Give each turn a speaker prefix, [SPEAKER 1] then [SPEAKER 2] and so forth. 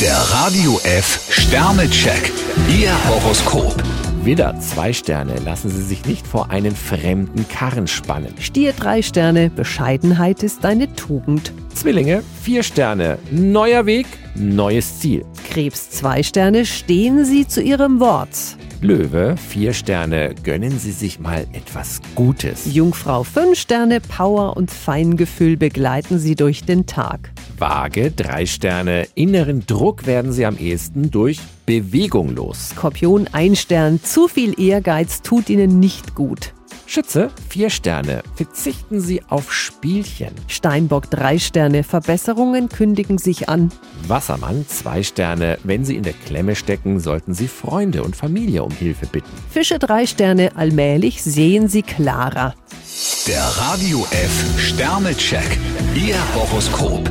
[SPEAKER 1] Der Radio F Sternecheck. Ihr Horoskop.
[SPEAKER 2] Widder, zwei Sterne. Lassen Sie sich nicht vor einen fremden Karren spannen.
[SPEAKER 3] Stier drei Sterne, Bescheidenheit ist deine Tugend.
[SPEAKER 2] Zwillinge, vier Sterne. Neuer Weg, neues Ziel.
[SPEAKER 3] Krebs zwei Sterne, stehen Sie zu Ihrem Wort.
[SPEAKER 2] Löwe, vier Sterne. Gönnen Sie sich mal etwas Gutes.
[SPEAKER 3] Jungfrau fünf Sterne, Power und Feingefühl begleiten Sie durch den Tag.
[SPEAKER 2] Waage, drei Sterne. Inneren Druck werden Sie am ehesten durch Bewegung los.
[SPEAKER 3] Skorpion ein Stern, zu viel Ehrgeiz tut Ihnen nicht gut.
[SPEAKER 2] Schütze, vier Sterne. Verzichten Sie auf Spielchen.
[SPEAKER 3] Steinbock drei Sterne, Verbesserungen kündigen sich an.
[SPEAKER 2] Wassermann, zwei Sterne. Wenn Sie in der Klemme stecken, sollten Sie Freunde und Familie um Hilfe bitten.
[SPEAKER 3] Fische drei Sterne, allmählich sehen Sie klarer.
[SPEAKER 1] Der Radio F Sternecheck. Ihr Horoskop.